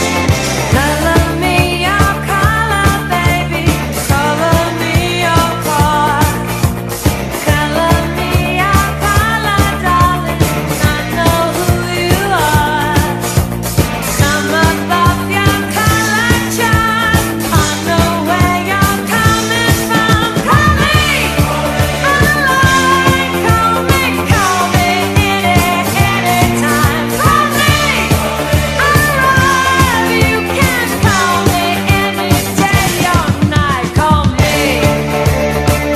Color me your color, baby. Color me your car. Color me your color, darling. I know who you are. Come above your color chart. I know where you're coming from. Call me, call me, call me any, any time. Call me. You can call me any day or night. Call me.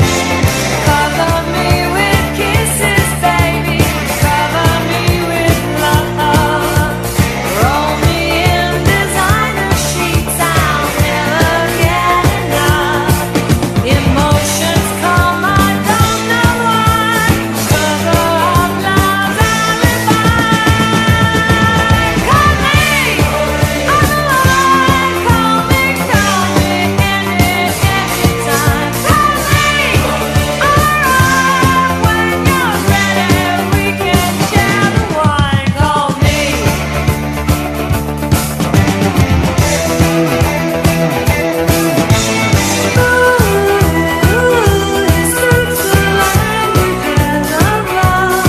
Cover me with kisses, baby. Cover me with love. Roll me in designer sheets. I'll never get enough. Emotions come, I don't know why. Cover up love alibi. Call me, alive. Call me, call me any, any time. Call me, alright. When you're ready, we can share the wine. Call me. Ooh, it seems like we fell in love.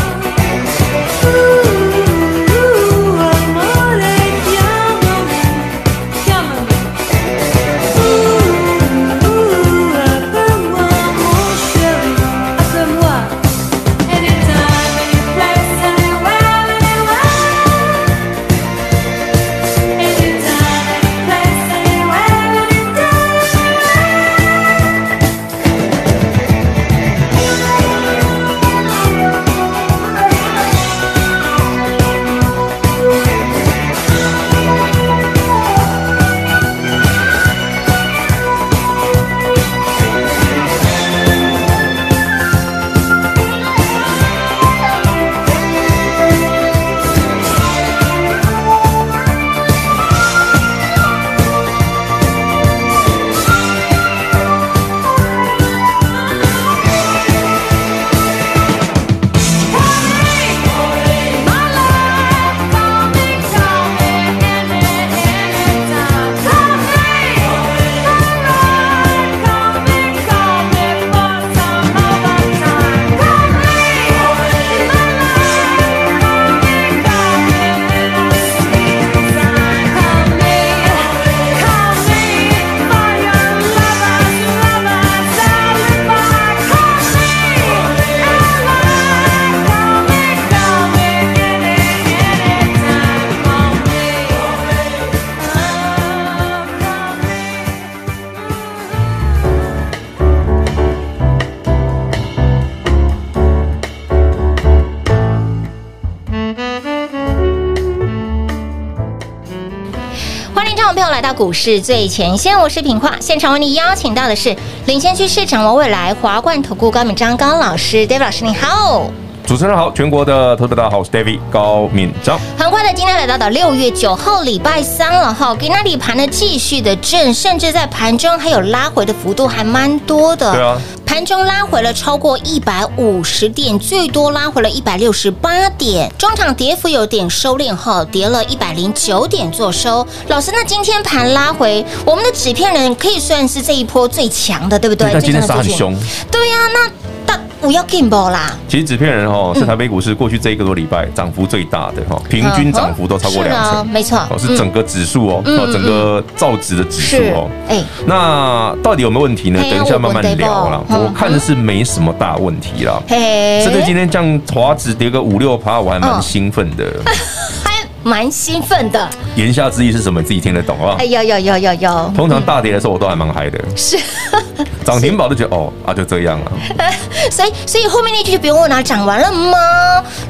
Ooh, amore, chiamami, chiamami. Ooh, appelle-moi mon chéri, appelle-moi. Anytime, any place, anywhere, anywhere. Anytime, any place, anywhere, anytime. 欢迎听众朋友来到股市最前线，我是品化，现场为你邀请到的是领先趋势、掌握未来华冠投顾高敏章高老师，David 老师，你好。主持人好，全国的投资者大家好，我是 David 高敏章。很快的，今天来到了六月九号，礼拜三了哈。给那里盘呢继续的震，甚至在盘中还有拉回的幅度还蛮多的。对啊，盘中拉回了超过一百五十点，最多拉回了一百六十八点。中场跌幅有点收敛哈，跌了一百零九点做收。老师，那今天盘拉回，我们的纸片人可以算是这一波最强的，对不对？但今天最杀强的很族群凶。。对呀、那但我要 game ball 啦。其实纸片人哈嗯是台北股市过去这一个多礼拜涨幅最大的哈，平均涨幅都超嗯过两是啊成，没错哦，是整个指数哦，嗯哦嗯整个造纸的指数是哦。哎。那到底有没有问题呢？嘿等一下慢慢聊啦我。问得到哦嗯我看的是没什么大问题啦，嘿， 甚至今天这样华指跌个五六趴，我还蛮嗯兴奋的。还蛮兴奋的。言下之意是什么？你自己听得懂啊哎，？有有有有有，通常大跌的时候我都还蛮嗨的，是，涨停板就觉得哦啊就这样啊，所以所以后面那句就不用问了，涨完了吗？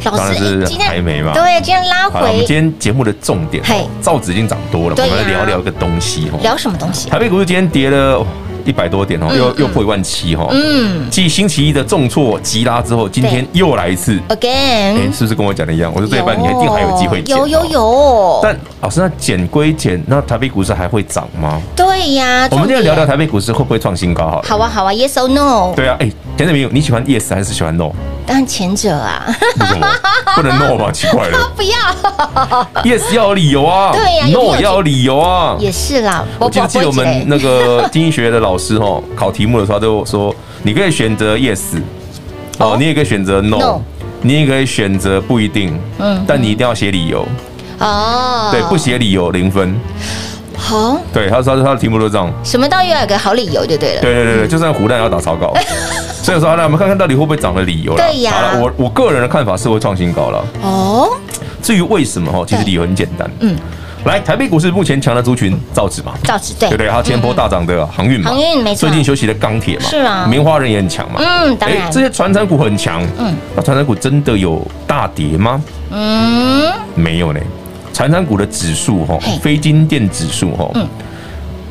老当然师，是哎今天还没嘛对，今天拉好了，我们回今天节目的重点哦嘿，造纸已经涨多了，我对啊们呀来聊聊一个东西哦。聊什么东西？台北股市今天跌了一百多点哦，又又破一万七哦。嗯继星期一的重挫急拉之后，今天又来一次，哎， ，again，是不是跟我讲的一样？我说这一半你一定还有机会减哦嗯有有有，但老师，那减归减，那台北股市还会涨吗？对呀，我们今天聊聊啊重点台北股市会不会创新高好了。好啊好啊，yes or no？对啊，哎、田正明，你喜欢 yes 还是喜欢 no？当然前者啊， 为什么不能 no 吧？奇怪了不要， ，yes 要有理由啊，对呀 n 有理 o 由要有理由啊。也是啦，我记得记得我们那个 经济学的老师哦，考题目的时候他都说，你可以选择 yes，哦，你也可以选择 No no，你也可以选择不一定，嗯，但你一定要写理由，哦，对，不写理由零分。好，对，他说他的题目都这样，什么到要有个好理由就对了。对对对对，就算胡乱也要打草 稿。所以说，好那我们看看到底会不会涨的理由啦对呀好了，我我个人的看法是会创新高了。哦，至于为什么哈，其实对理由很简单。嗯，来，台北股市目前强的族群，造纸嘛，造纸对不对，嗯对？还有前波大涨的航运嘛，航运没错最近休息的钢铁嘛，是啊棉花人也很强嘛。嗯，当诶然哎这，些传产股很强。嗯嗯，那传产股真的有大跌吗？嗯，没有呢。传产股的指数哈嘿，非金电指数哈嗯，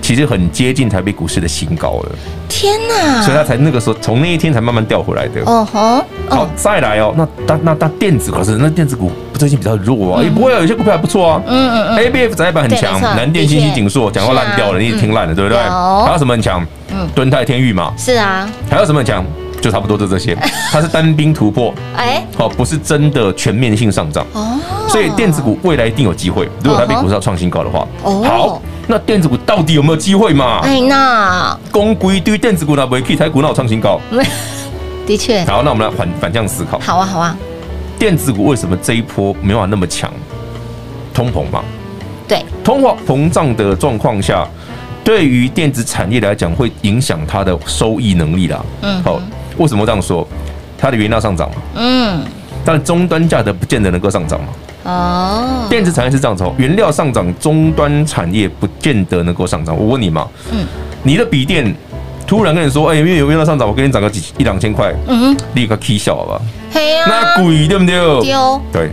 其实很接近台北股市的新高了，天所以哪，它才那个时候从那一天才慢慢掉回来的。啊哦吼，好哦，，再来哦，那那那那电子可是那电子股最近比较弱啊，也不会啊，有些股票还不错啊。嗯嗯嗯， A B F 窄板很对没强，错南电、信息、景硕的确讲到烂掉了，是啊你也听烂了，对不对？有嗯还有什么很强？敦泰、天域嘛，是啊，还有什么很强？就差不多 就这些。它是单兵突破，哎，哦，不是真的全面性上涨。哦，所以电子股未来一定有机会，如果台北嗯哼股市要创新高的话。哦好，那电子股到底有没有机会嘛？哎那公规对电子股那不会去台股那有创新高。的确，好，那我们来反反向思考，好啊好啊，电子股为什么这一波没有那么强？通膨嘛，对，通货膨胀的状况下，对于电子产业来讲，会影响它的收益能力啦。嗯好，为什么这样说？它的原料上涨嘛，嗯，但终端价格不见得能够上涨嘛。哦，电子产业是这样子哦，原料上涨，终端产业不见得能够上涨。我问你嘛，嗯你的笔电突然跟你说，哎、因为有原料上涨，我给你涨个几一两千块，嗯哼，立刻 K 笑好吧？嘿呀，那鬼对不对？丢，对，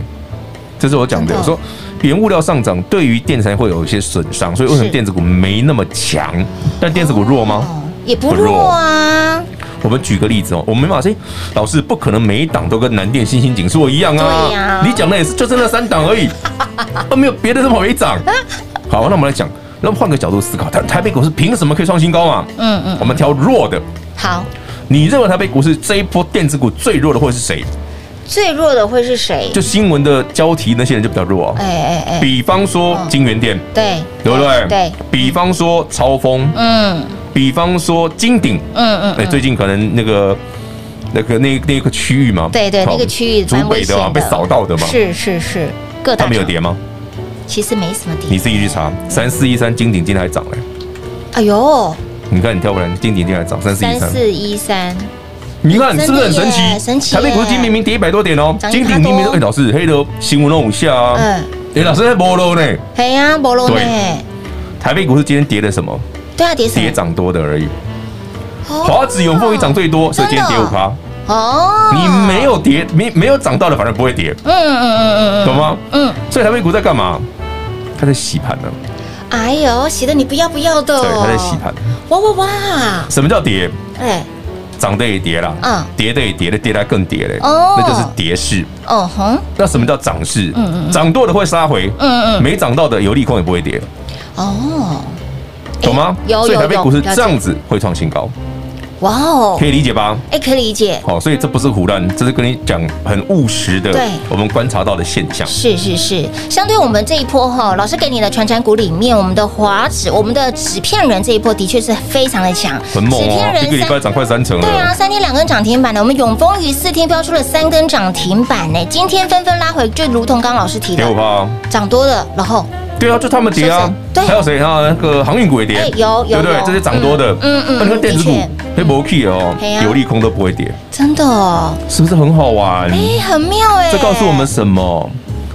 这是我讲的。真的我说原物料上涨对于电子产业会有一些损伤，所以为什么是电子股没那么强？但电子股弱吗？哦也不弱啊，我们举个例子哦，我们马上老师不可能每一档都跟南电、新兴、景硕一样对呀啊。你讲的也是就是那三档 而已，都没有别的这么没涨。好，那我们来讲，那我们换个角度思考，台台北股市凭什么可以创新高嘛？嗯嗯，我们挑弱的。好，你认为台北股市这一波电子股最弱的会是谁？最弱的会是谁？就新闻的交题那些人就比较弱啊哎。哎哎，比方说金源店，对，对不对？对，比方说超风，嗯比方说金鼎，嗯嗯，哎，最近可能那个那个那那个区域嘛，对对，好那个区域竹蛮危北险的嘛，被扫到的嘛，是是是，各大它没有厂跌吗？其实没什么你跌。自己去查，三四一三金鼎今天还涨嘞，哎呦，你看你跳不来，金鼎今天还涨三四一三三，四一三，你看是不是很神真的耶奇？神奇耶台北股市今天明明跌一百多点哦，涨一金趴鼎明明多哎老师黑的新闻弄五下啊，嗯，哎老师在波喽呢，嘿呀，博龙呢对？台北股市今天跌了什么？对啊，跌什么跌？涨多的而已，哦华指永丰一涨最多，所以今天跌真五的趴。哦，你没有跌，没没有涨到的，反而不会跌，嗯，嗯嗯嗯嗯，懂吗？嗯，所以台北股在干嘛？它在洗盘呢，哎呦，洗的你不要不要的，对，它在洗，盘。哇哇哇，什么叫跌？哎，涨的也跌啦，嗯跌的也跌了，跌的还更跌嘞，哦那就是跌势。哦哼，那什么叫涨势？涨多的会杀回，嗯嗯嗯，没涨到的有利空也不会跌，哦，懂吗？有所以有台北有股市了解这样子会创新高，哇哦可，以理解吧？哎，可以理解，好，所以这不是胡乱，这是跟你讲很务实的对，我们观察到的现象。是是是，相对我们这一波哈，老师给你的传产股里面，我们的华指、我们的纸片人这一波的确是非常的强，很猛纸片哦，一个人礼拜三。涨快三成对啊，了，三天两根涨停板呢，我们永丰鱼四天标出了三根涨停板呢，今天纷纷拉回，就如同刚刚老师提跌的五，趴哦。涨多了，然后对啊，就他们跌是啊不是，对还有谁？还有那个航运股也跌哎，有有对不对有？这些涨多的，啊嗯嗯嗯那你看电子股的，黑摩 key 哦嘿啊，有利空都不会跌，真的哦，是不是很好玩？哎，很妙哎，这告诉我们什么？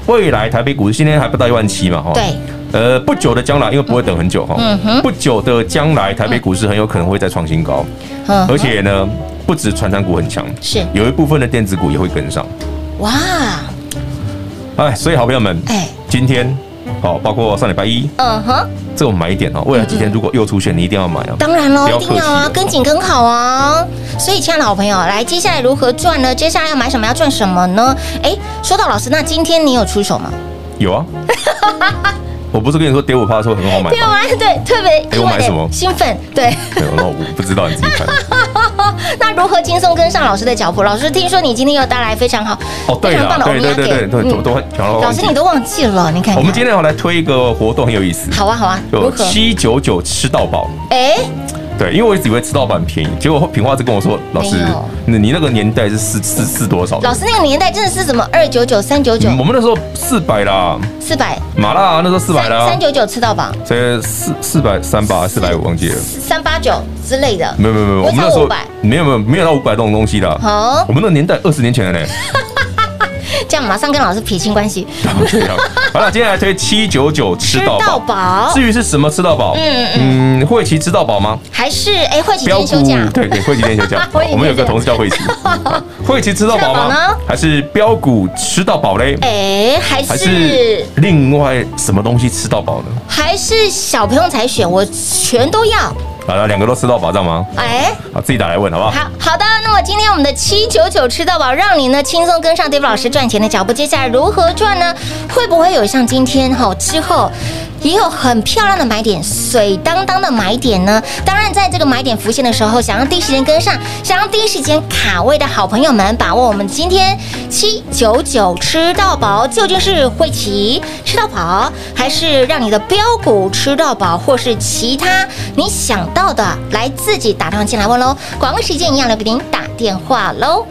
未来台北股市今天还不到一万七嘛，哈对，呃，不久的将来，因为不会等很久哈嗯哼，不久的将来，台北股市很有可能会再创新高，嗯而且呢，不止传产股很强，是有一部分的电子股也会跟上。哇，哎，所以好朋友们，哎，今天好，包括上礼拜一，嗯哼，这我们买一点哦。未来几嗯天如果又出现，你一定要买哦。当然喽，不一要客气定要啊，跟紧跟好啊。所以，亲爱的好朋友，来，接下来如何赚呢？接下来要买什么？要赚什么呢？哎，说到老师，那今天你有出手吗？有啊， 我不是跟你说跌五趴的时候很好买对啊吗？完对，特别哎意我外买什么的兴奋， 对。对，那我不知道你自己 看。那如何轻松跟上老师的脚步？老师，听说你今天又带来非常好哦，对非常了棒，的欧对米对对对对，都都讲了。嗯老师你都忘记了，你看看我们今天要来推一个活动，很有意思，好啊好啊，如就何？七九九吃到饱。哎，对，因为我一直以为吃到饱很便宜，结果品花子跟我说，老师没有，你你那个年代是四四四多少？老师那个年代真的是什么二九九、三九九嗯、我们那时候四百啦，四百、麻辣那时候四百啦三，九九吃到饱，这四四百三吧，四百五忘记了。三八九之类的。没有没有没有，不我是们那时候500没有没有没有到五百这种东西的。好我，们那个年代二十年前了呢。这样马上跟老师撇清关系。对啊 好了，今天来推七九九吃到吃到饱饱。至于是什么吃到饱？嗯嗯嗯，会齐吃到饱吗？还是哎，会几天休假？对对，会齐天休 假。会齐我们有个同事叫 会齐，会齐吃到饱吃到饱吗呢？还是标股吃到饱嘞？哎，还还是是另外什么东西吃到饱呢？还是小朋友才选，我全都要。好了，两个都吃到饱，这样吗？哎，好，自己打来问好不好？好好的，那么今天我们的七九九吃到饱，让你呢轻松跟上 Dave 老师赚钱的脚步。接下来如何赚呢？会不会有像今天哈、之后？也有很漂亮的买点，水当当的买点呢。当然，在这个买点浮现的时候，想要第一时间跟上，想要第一时间卡位的好朋友们，把握我们今天七九九吃到饱，究竟是会齐吃到饱，还是让你的标股吃到饱，或是其他你想到的，来自己打电话进来问喽。广告时间一样留给您打电话喽。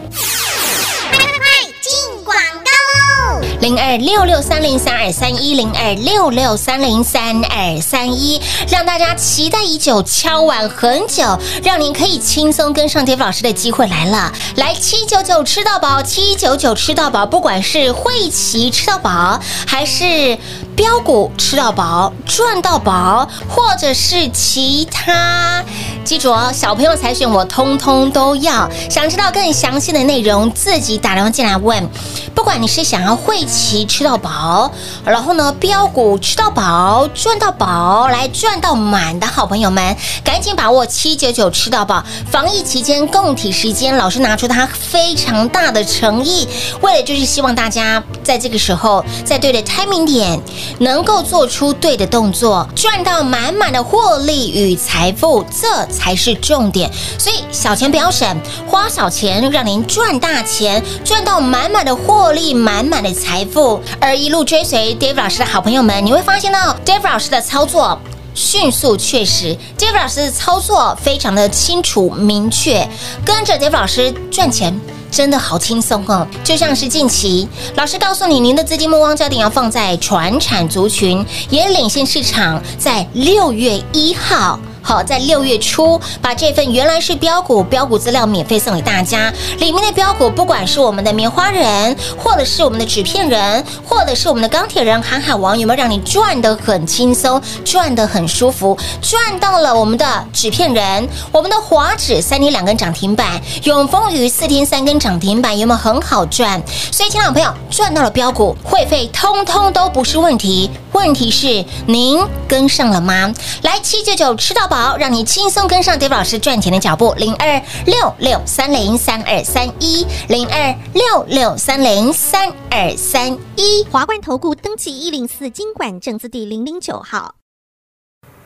零二六六三零三二三一零二六六三零三二三一，让大家期待已久、敲碗很久，让您可以轻松跟上 d a 老师的机会来了。来七九九吃到饱，七九九吃到饱，不管是汇齐吃到饱，还是标股吃到饱、赚到饱，或者是其他，记住哦，小朋友才选我，通通都要。想知道更详细的内容，自己打电话进来问。不管你是想要汇齐吃到饱，然后呢标股吃到饱、赚到饱，来赚到满的好朋友们，赶紧把握七九九吃到饱！防疫期间供体时间，老师拿出他非常大的诚意，为了就是希望大家在这个时候，在对的 timing 点，能够做出对的动作，赚到满满的获利与财富，这才是重点。所以小钱不要省，花小钱让您赚大钱，赚到满满的获利，满满的财富。而一路追随 Dave 老师的好朋友们，你会发现到 Dave 老师的操作。迅速确实，Dave 老师的操作非常的清楚明确，跟着 Dave 老师赚钱真的好轻松哦，就像是近期老师告诉你，您的资金目光焦点要放在传产族群，也领先市场，在六月一号。好，在六月初把这份原来是标股标股资料免费送给大家，里面的标股不管是我们的棉花人，或者是我们的纸片人，或者是我们的钢铁人、航海王，有没有让你赚得很轻松，赚得很舒服，赚到了我们的纸片人，我们的华指三天两根涨停板，永丰鱼四天三根涨停板，有没有很好赚？所以，亲爱的朋友，赚到了标股，会费通通都不是问题，问题是您跟上了吗？来七九九吃到饱，让你轻松跟上 Dave 老师赚钱的脚步。零二六六三零三二三一，零二六六三零三二三一。华冠投顾登记一零四经管证字第零零九号。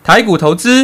台股投资，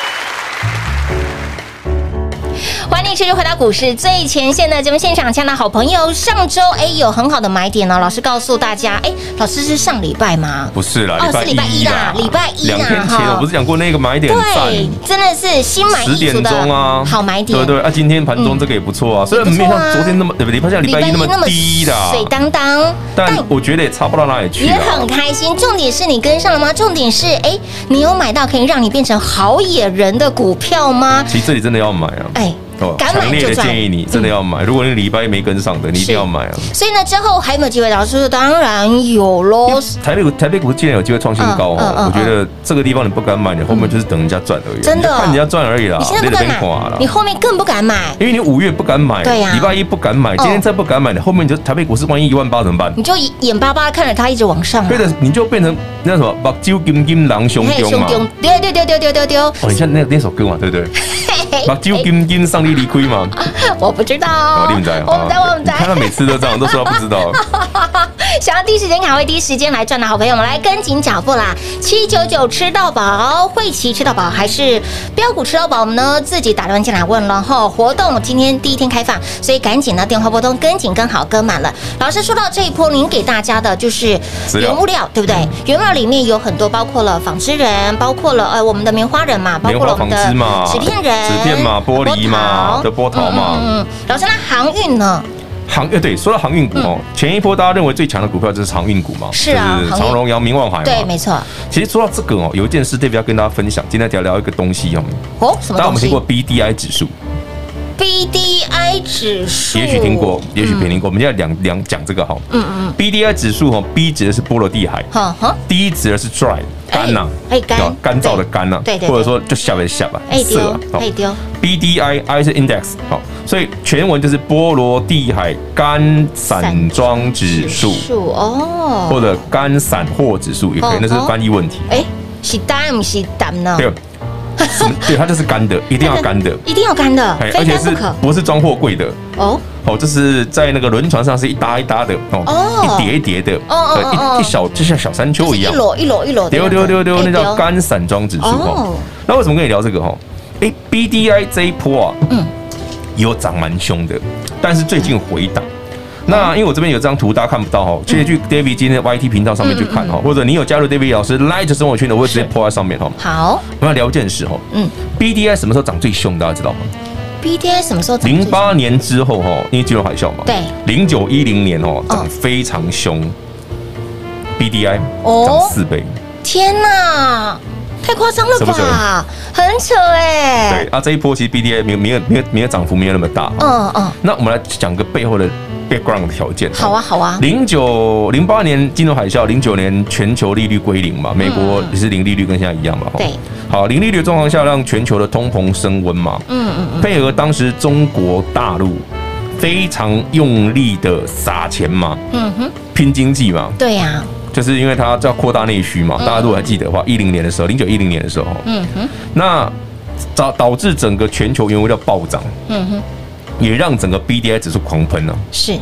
欢迎持续回到股市最前线的节目现场，亲爱的好朋友，上周哎有很好的买点哦，老师告诉大家，哎，老师是上礼拜吗？不是啦，哦礼拜是礼拜一一啦啦，礼拜一啦两天前哈我不是讲过那个买点赞对，真的是心满十意足点的钟啊，好买点，嗯对对，啊，今天盘中这个也不错啊，虽然没有也不错啊像昨天那么，对不对？礼拜像礼拜一那么低的啊，水当当，但我觉得也差不到哪里去也啊。很开心。重点是你跟上了吗？重点是，哎，你有买到可以让你变成好野人的股票吗？其实这里真的要买啊，哎，敢强买烈就的赚。嗯建议你真的要买。如果你礼拜一没跟上的，你一定要买啊。所以呢，之后还有没有机会？老师说当然有因为喽。台北股台北股既然有机会创新高嗯嗯嗯哦，我觉得这个地方你不敢买，你后面就是等人家赚而已啊，真的你就看人家赚而已啦你现，在你不得敢啊边垮买了，你。后面更不敢买，因为你五月不敢买，对呀哦礼拜一不敢买，今天再不敢买，你后面就台北股市万一一万八怎么办？你就眼巴巴看着它一直往上啊。对的，你就变成那什么“目睭金金狼熊嘿，中”嘛。丢丢丢丢丢丢丢，哦，你像那那首歌嘛，对不对？目睭金金上你离开嘛，我不知道哦哦，，你们在，我们在，我哦们你看在他。每次都这样，都说他不 知道。想要第一时间卡位、第一时间来赚的好朋友们，来跟紧脚步啦！七九九吃到饱，汇齐吃到饱，还是标股吃到饱？我们呢自己打电话进来问了哈。活动今天第一天开放，所以赶紧呢电话拨通，跟紧跟好跟满了。老师说到这一波，您给大家的就是资料原物料，对不对？原物料里面有很多，包括了纺织人，包括了呃我们的棉花人嘛，包棉括了花我们纺的织嘛，纸片人、纸片嘛，玻璃嘛，的的波涛嘛，嗯，老师，那航运呢？航呃对，说到航运股哦，前一波大家认为最强的股票就是航运股嘛，嗯是啊就是航运长荣、阳明、万海对，嘛没。错。其实说到这个哦，有一件事特别要跟大家分享，今天聊聊一个东西哦，哦，什大么家有没东西有哦听？过 BDI 指数？ BDI 指数，也许听过，也许没听过。我们现在两两讲这个哈，嗯嗯，BDI 指数哦，B 指的是波罗的海，哼哼，第一指的是 dry 干呐、哎干对吧干燥的干呐、对对对或者说就下边下吧，哎色丢啊，好哎丢， BDI I 是 index 好，所以全文就是波罗的海干散装指数数哦，或者干散货指数也可以哦，那是翻译问题。哎，是单不是单呢？对，什么对，它就是 干的，一定要干的，一定要干的，哎，而非且干是不可不是装货柜的？哦。哦，就是在那个轮船上是一搭一搭的哦哦，一叠一叠的，哦哦对哦哦一一小就像小山丘就是一一样，摞一摞一摞的丢样子，丢丢丢，哎那叫对干散装指数哦哦。那为什么跟你聊这个哈？哎，BDI 这一波啊，嗯，有涨蛮凶的，但是最近回档。哦那因为我这边有张图，大家看不到哈，直接去嗯 David 今天的 YT 频道上面去看哈，或者你有加入 David 老师 Light 生活圈的，我会直接 po 在上面哈。好我们要聊一件事哈，嗯嗯，BDI 什么时候涨最凶？大家知道吗？ ，BDI 什么时候涨最零凶？八年之后哈，因为金融海啸嘛，对，零九一零年哦哦涨非常凶，BDI 哦涨四倍。天哪，太夸张了什么时吧候，很扯对哎，啊，这一波其实 BDI 没有没有没有没有涨幅没有那么大。嗯嗯，那我们来讲个背后的 background 条件。好啊。好啊，零九零八年金融海啸，零九年全球利率归零嘛，美国也是零利率跟现在一样嘛。哈嗯对。好，零利率的状况下，让全球的通膨升温嘛。嗯嗯配合当时中国大陆非常用力的撒钱嘛，嗯哼，拼经济嘛，对呀，就是因为它要扩大内需嘛。大家如果还记得的话，一零年的时候，零九一零年的时候，嗯哼，那导导致整个全球原物料暴涨，嗯哼，也让整个 BDI 指数狂喷了、是，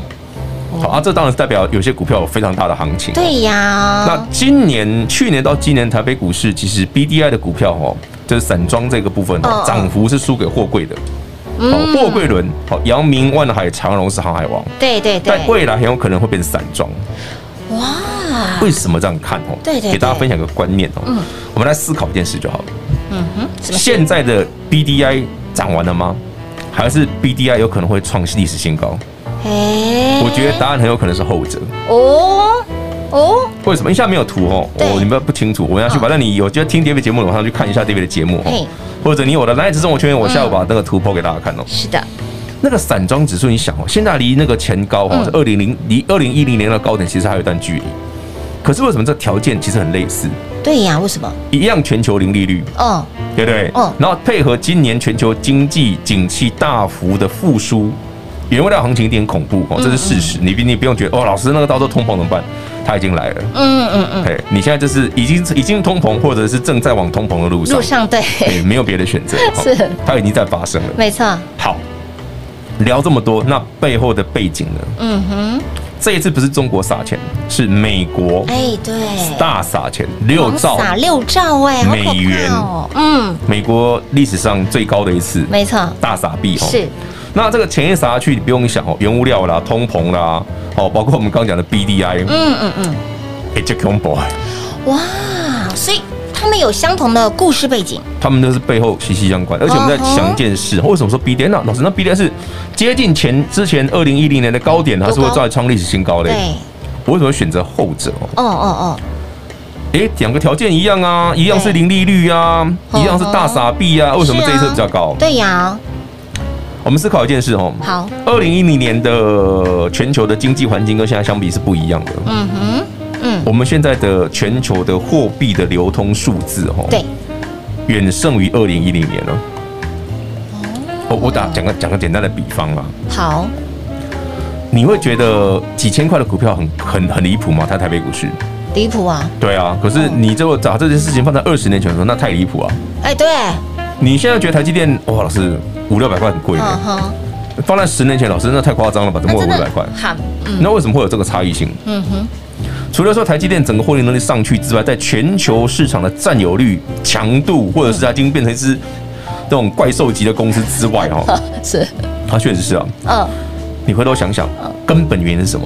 好啊，这当然是代表有些股票有非常大的行情。哦对啊那呀，今年、去年到今年台北股市，其实 BDI 的股票哦，就是散装这个部分嗯哦嗯，涨幅是输给货柜的。哦，货柜轮，好，阳明、万海、长荣是航海王，对对对但，未来很有可能会变散装。哇，哇，为什么这样看哦？对对对给大家分享个观念哦。嗯我们来思考一件事就好了。嗯哼，什么？现在的 BDI 涨完了吗？还是 BDI 有可能会创历史新高？哎我觉得答案很有可能是后者。哦哦，为什么？因为现在没有图哦，对哦哦，你们不清楚，我们要去把。那你有觉得听 David 节目的，晚上去看一下 David 的节目嘿哦，或者你有我的来自生活圈，我下午把那个图播给大家看哦。是的，那个散装指数，你想哦，现在离那个前高嗯哦，是二零零离二零一零年的高点，其实还有一段距离。可是为什么这条件其实很类似，对呀，为什么？一样全球零利率，哦，对不对？嗯然后配合今年全球经济景气大幅的复苏，原物料行情有点恐怖哦，这是事嗯实。你你不用觉得哦，老师那个到时候通膨怎么办？它已经来了。嗯嗯嗯，哎，你现在就是已经已经通膨，或者是正在往通膨的路上，路上对，哎没有别的选 择，哦是它已经在发生了。没错，好，聊这么多，那背后的背景呢？嗯哼，这一次不是中国撒钱，是美国哎对，大撒钱，六狂兆撒六兆哎，好可怕美元哦，嗯，美国历史上最高的一次没错，大撒币哦。是，那这个钱一撒下去，你不用想哦，原物料啦、通膨啦，哦，包括我们刚讲的 BDI，嗯嗯嗯，哎，这 combo，哇，所以他们有相同的故事背景，他们都是背后息息相关。而且我们在嗯哼想一件事，为什么说 BDI？那老啊师，那 BDI 是接近前之前二零一零年的高点，还是多会高再创历史新高嘞？对，我为什么选择后者哦哦？哦诶，两个条件一样啊，一样是对零利率啊，一样是大傻币啊，哦，为什么这一次比较是高啊？对呀，我们思考一件事哦，好，二零一零年的全球的经济环境跟现在相比是不一样的。嗯哼，嗯，我们现在的全球的货币的流通数字哦，对，远胜于二零一零年了。我我打讲个讲个简单的比方啊，好，你会觉得几千块的股票很很很离谱吗？它台北股市？离谱啊，对啊，可是你如果把这件事情放在二十年前说，那太离谱啊！哎对，你现在觉得台积电哇，老师五六百块很贵嗯呢，哼，放在十年前，老师那太夸张了吧？怎么会五真六百的嗯块？好，那为什么会有这个差异性？嗯哼， 除了说台积电整个获利能力上去之外，在全球市场的占有率、强度，或者是它已经变成一只那种怪兽级的公司之 外，哦，是，它确实是啊。嗯，你回头想想，根本原因是什么？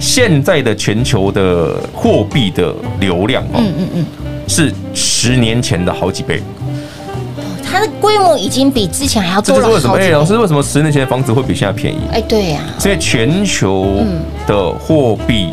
现在的全球的货币的流量，哦，嗯嗯是十年前的好几倍。嗯，它的规模已经比之前还要这多就是了为什么，啊好哎，几老倍。师，为什么十年前的房子会比现在便宜？哎，对呀，所以全球的货币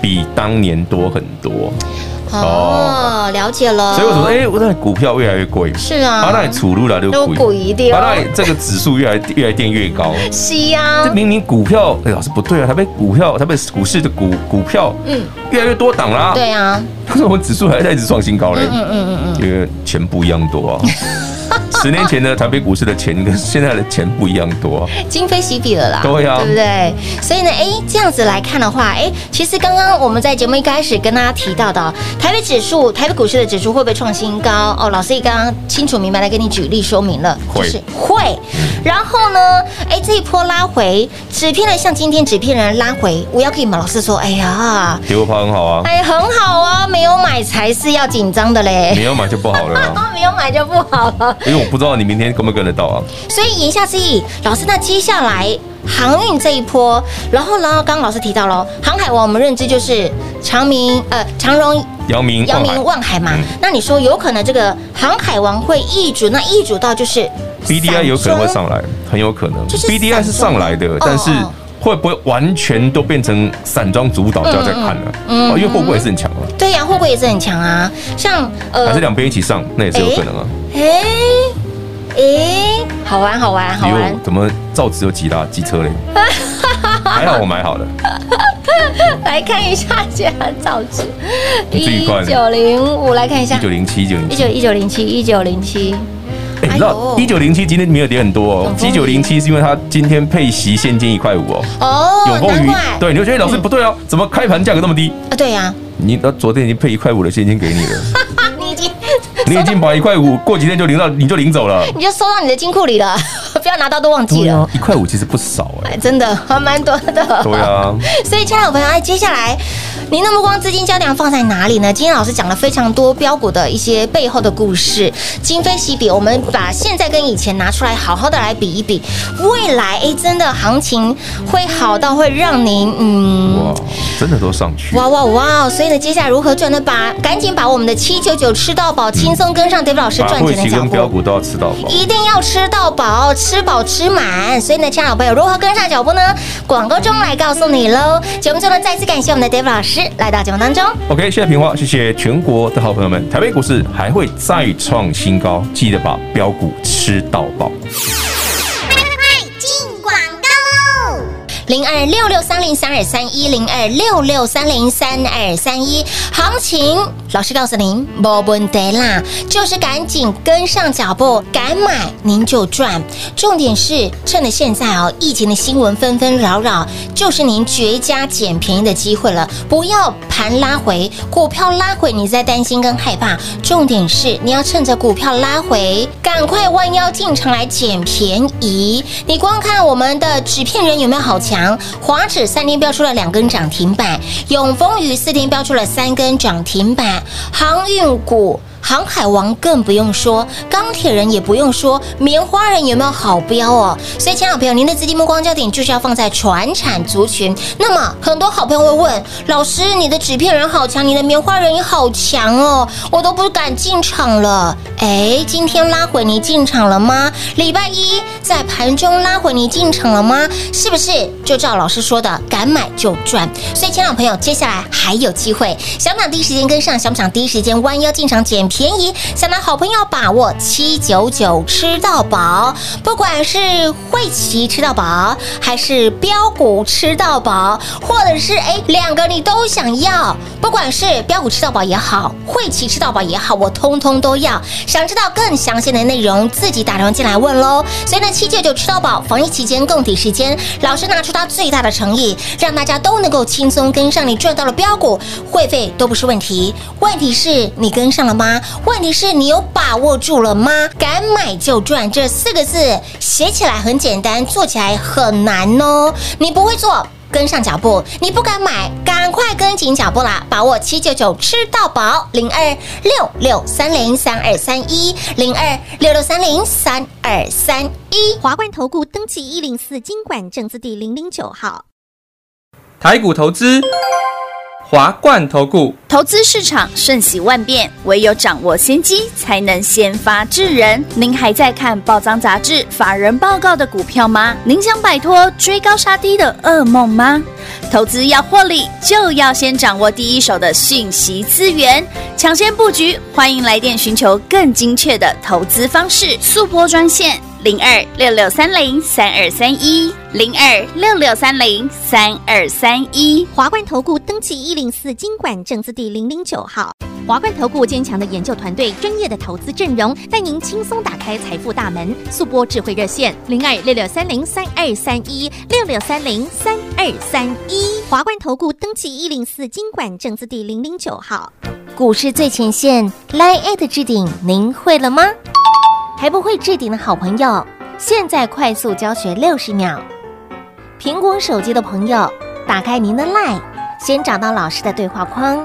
比当年多很多。嗯哦，了解了。所以我说，哎、我那股票越来越贵，是啊把那里储入了都就贵贵，一嗯点哦把那里这个指数越来越来垫越高。是呀这，明明股票，哎、老师不对啊，台北股票，台北股市的股股票，嗯嗯，越来越多档啦。对，呀，但是我们指数还在一直创新高嘞，嗯嗯嗯因为钱不一样 多啊。十年前的台北股市的钱跟现在的钱不一样多、啊，嗯，今非昔比了啦，对啊呀对不对？所以呢，哎，这样子来看的话，哎，其实刚刚我们在节目一开始跟大家提到的哦，台北指数、台北股市的指数会不会创新高？哦，老师也刚刚清楚明白的跟你举例说明了，会就是会。然后呢，哎，这一波拉回，纸片人像今天纸片人拉回，我要跟你们老师说，哎呀，结果跑很好啊，哎，很好啊，没有买才是要紧张的嘞。没有买就不好了、啊，哦，没有买就不好了。因为我不知道你明天跟不跟得到啊。所以言下之意，老师，那接下来航运这一波，然后呢，刚刚老师提到了航海王，我们认知就是长明呃长荣、姚明，阳望明、海望海嘛。嗯那你说有可能这个航海王会易主，那易主到就是 BDI 有可能会散上来，很有可能。就是 BDI 散装是上来的哦，但是哦会不会完全都变成散装主导，就要再看了。嗯嗯哦因为货柜也是很强啊，装。对呀、货柜也是很强啊，像还呃是，两边一起上，那也是有可能啊。哎哎，好玩好玩好玩哟，，怎么造只有几拉机车嘞？ 还好我买好了，来看一下这张造纸，你自己看九零五来看一下一九，零七，一九零一七。九一九零七一九零七。哎，你知道一九零七今天没有跌很多哦永，丰一鱼九零七是因为它今天配息现金一块五哦。哦，永丰难鱼怪，嗯对，你就觉得老师不对哦，怎么开盘价格那么低？啊，对呀、你那昨天已经配一块五的现金给你 了，啊，你已经你已经把一块五过几天就领到，你就领走了。你就收到你的金库里了，不要拿到都忘记了，啊，一块五其实不少 哎、哎真的还蛮多的。对啊，所以，亲爱的朋友，哎，接下来您的目光资金焦点放在哪里呢？今天老师讲了非常多标股的一些背后的故事，今非昔比，我们把现在跟以前拿出来，好好的来比一比，未来哎，真的行情会好到会让您哇嗯。，真的都上去。哇哇哇！哦所以呢，接下来如何赚呢？把赶紧把我们的七九九吃到饱，轻松跟上 David 老师嗯把赚汇钱的齐脚跟标步。股都要吃到饱。一定要吃到饱，吃饱吃满。所以呢，亲爱的朋友，如何跟上脚步呢？广告中来告诉你喽。节目最后呢，再次感谢我们的 David 老师来到节目当中。 OK，谢谢平花，谢谢全国的好朋友们。台北股市还会再创新高，记得把标股吃到饱。进广告喽！零二六六三零三二三一零二六六三零三二三一。行情，老师告诉您，没问题啦，就是赶紧跟上脚步，敢买您就赚。重点是趁着现在哦，疫情的新闻纷纷扰扰，就是您绝佳捡便宜的机会了。不要盘拉回，股票拉回你在担心跟害怕，重点是你要趁着股票拉回，赶快弯腰进场来捡便宜。你光看我们的纸片人有没有好强？华指三天标出了两根涨停板，永丰余四天标出了三根涨停板，航运股。航海王更不用说，钢铁人也不用说，棉花人有没有好标哦？所以，亲爱的朋友，您的资金目光焦点就是要放在船产族群。那么，很多好朋友会问老师，你的纸片人好强，你的棉花人也好强哦，我都不敢进场了。哎，今天拉回你进场了吗？礼拜一在盘中拉回你进场了吗？是不是就照老师说的，敢买就赚？所以，亲爱的朋友，接下来还有机会，想不想第一时间跟上？想不想第一时间弯腰进场捡便宜？想拿好朋友把握七九九吃到饱，不管是汇齐吃到饱，还是标股吃到饱，或者是哎两个你都想要，不管是标股吃到饱也好，汇齐吃到饱也好，我通通都要。想知道更详细的内容，自己打电话进来问喽。所以呢，七九九吃到饱，防疫期间共体时间，老师拿出他最大的诚意，让大家都能够轻松跟上你赚到了标股，会费都不是问题。问题是你跟上了吗？问题是你有把握住了吗？敢买就赚这四个字，写起来很简单，做起来很难哦。你不会做。跟上脚步，你不敢买，赶快跟紧脚步啦！把握七九九吃到饱，零二六六三零三二三一，零二六六三零三二三一。华冠投顾登记一零四经管证字第零零九号。台股投资，华冠投顾。投资市场瞬息万变，唯有掌握先机，才能先发制人。您还在看报章杂志、法人报告的股票吗？您想摆脱追高杀低的噩梦吗？投资要获利，就要先掌握第一手的讯息资源，抢先布局。欢迎来电寻求更精确的投资方式。速播专线零二六六三零三二三一零二六六三零三二三一。华冠投顾登记一零四经管证字第零零九号。华冠投顾坚强的研究团队，专业的投资阵容，带您轻松打开财富大门。速播智慧热线零二六六三零三二三一六六三零三二三一。华冠投顾登记一零四经管证字第零零九号。股市最前线 Line at 置顶，您会了吗？还不会置顶的好朋友，现在快速教学六十秒。苹果手机的朋友，打开您的 Line，先找到老师的对话框，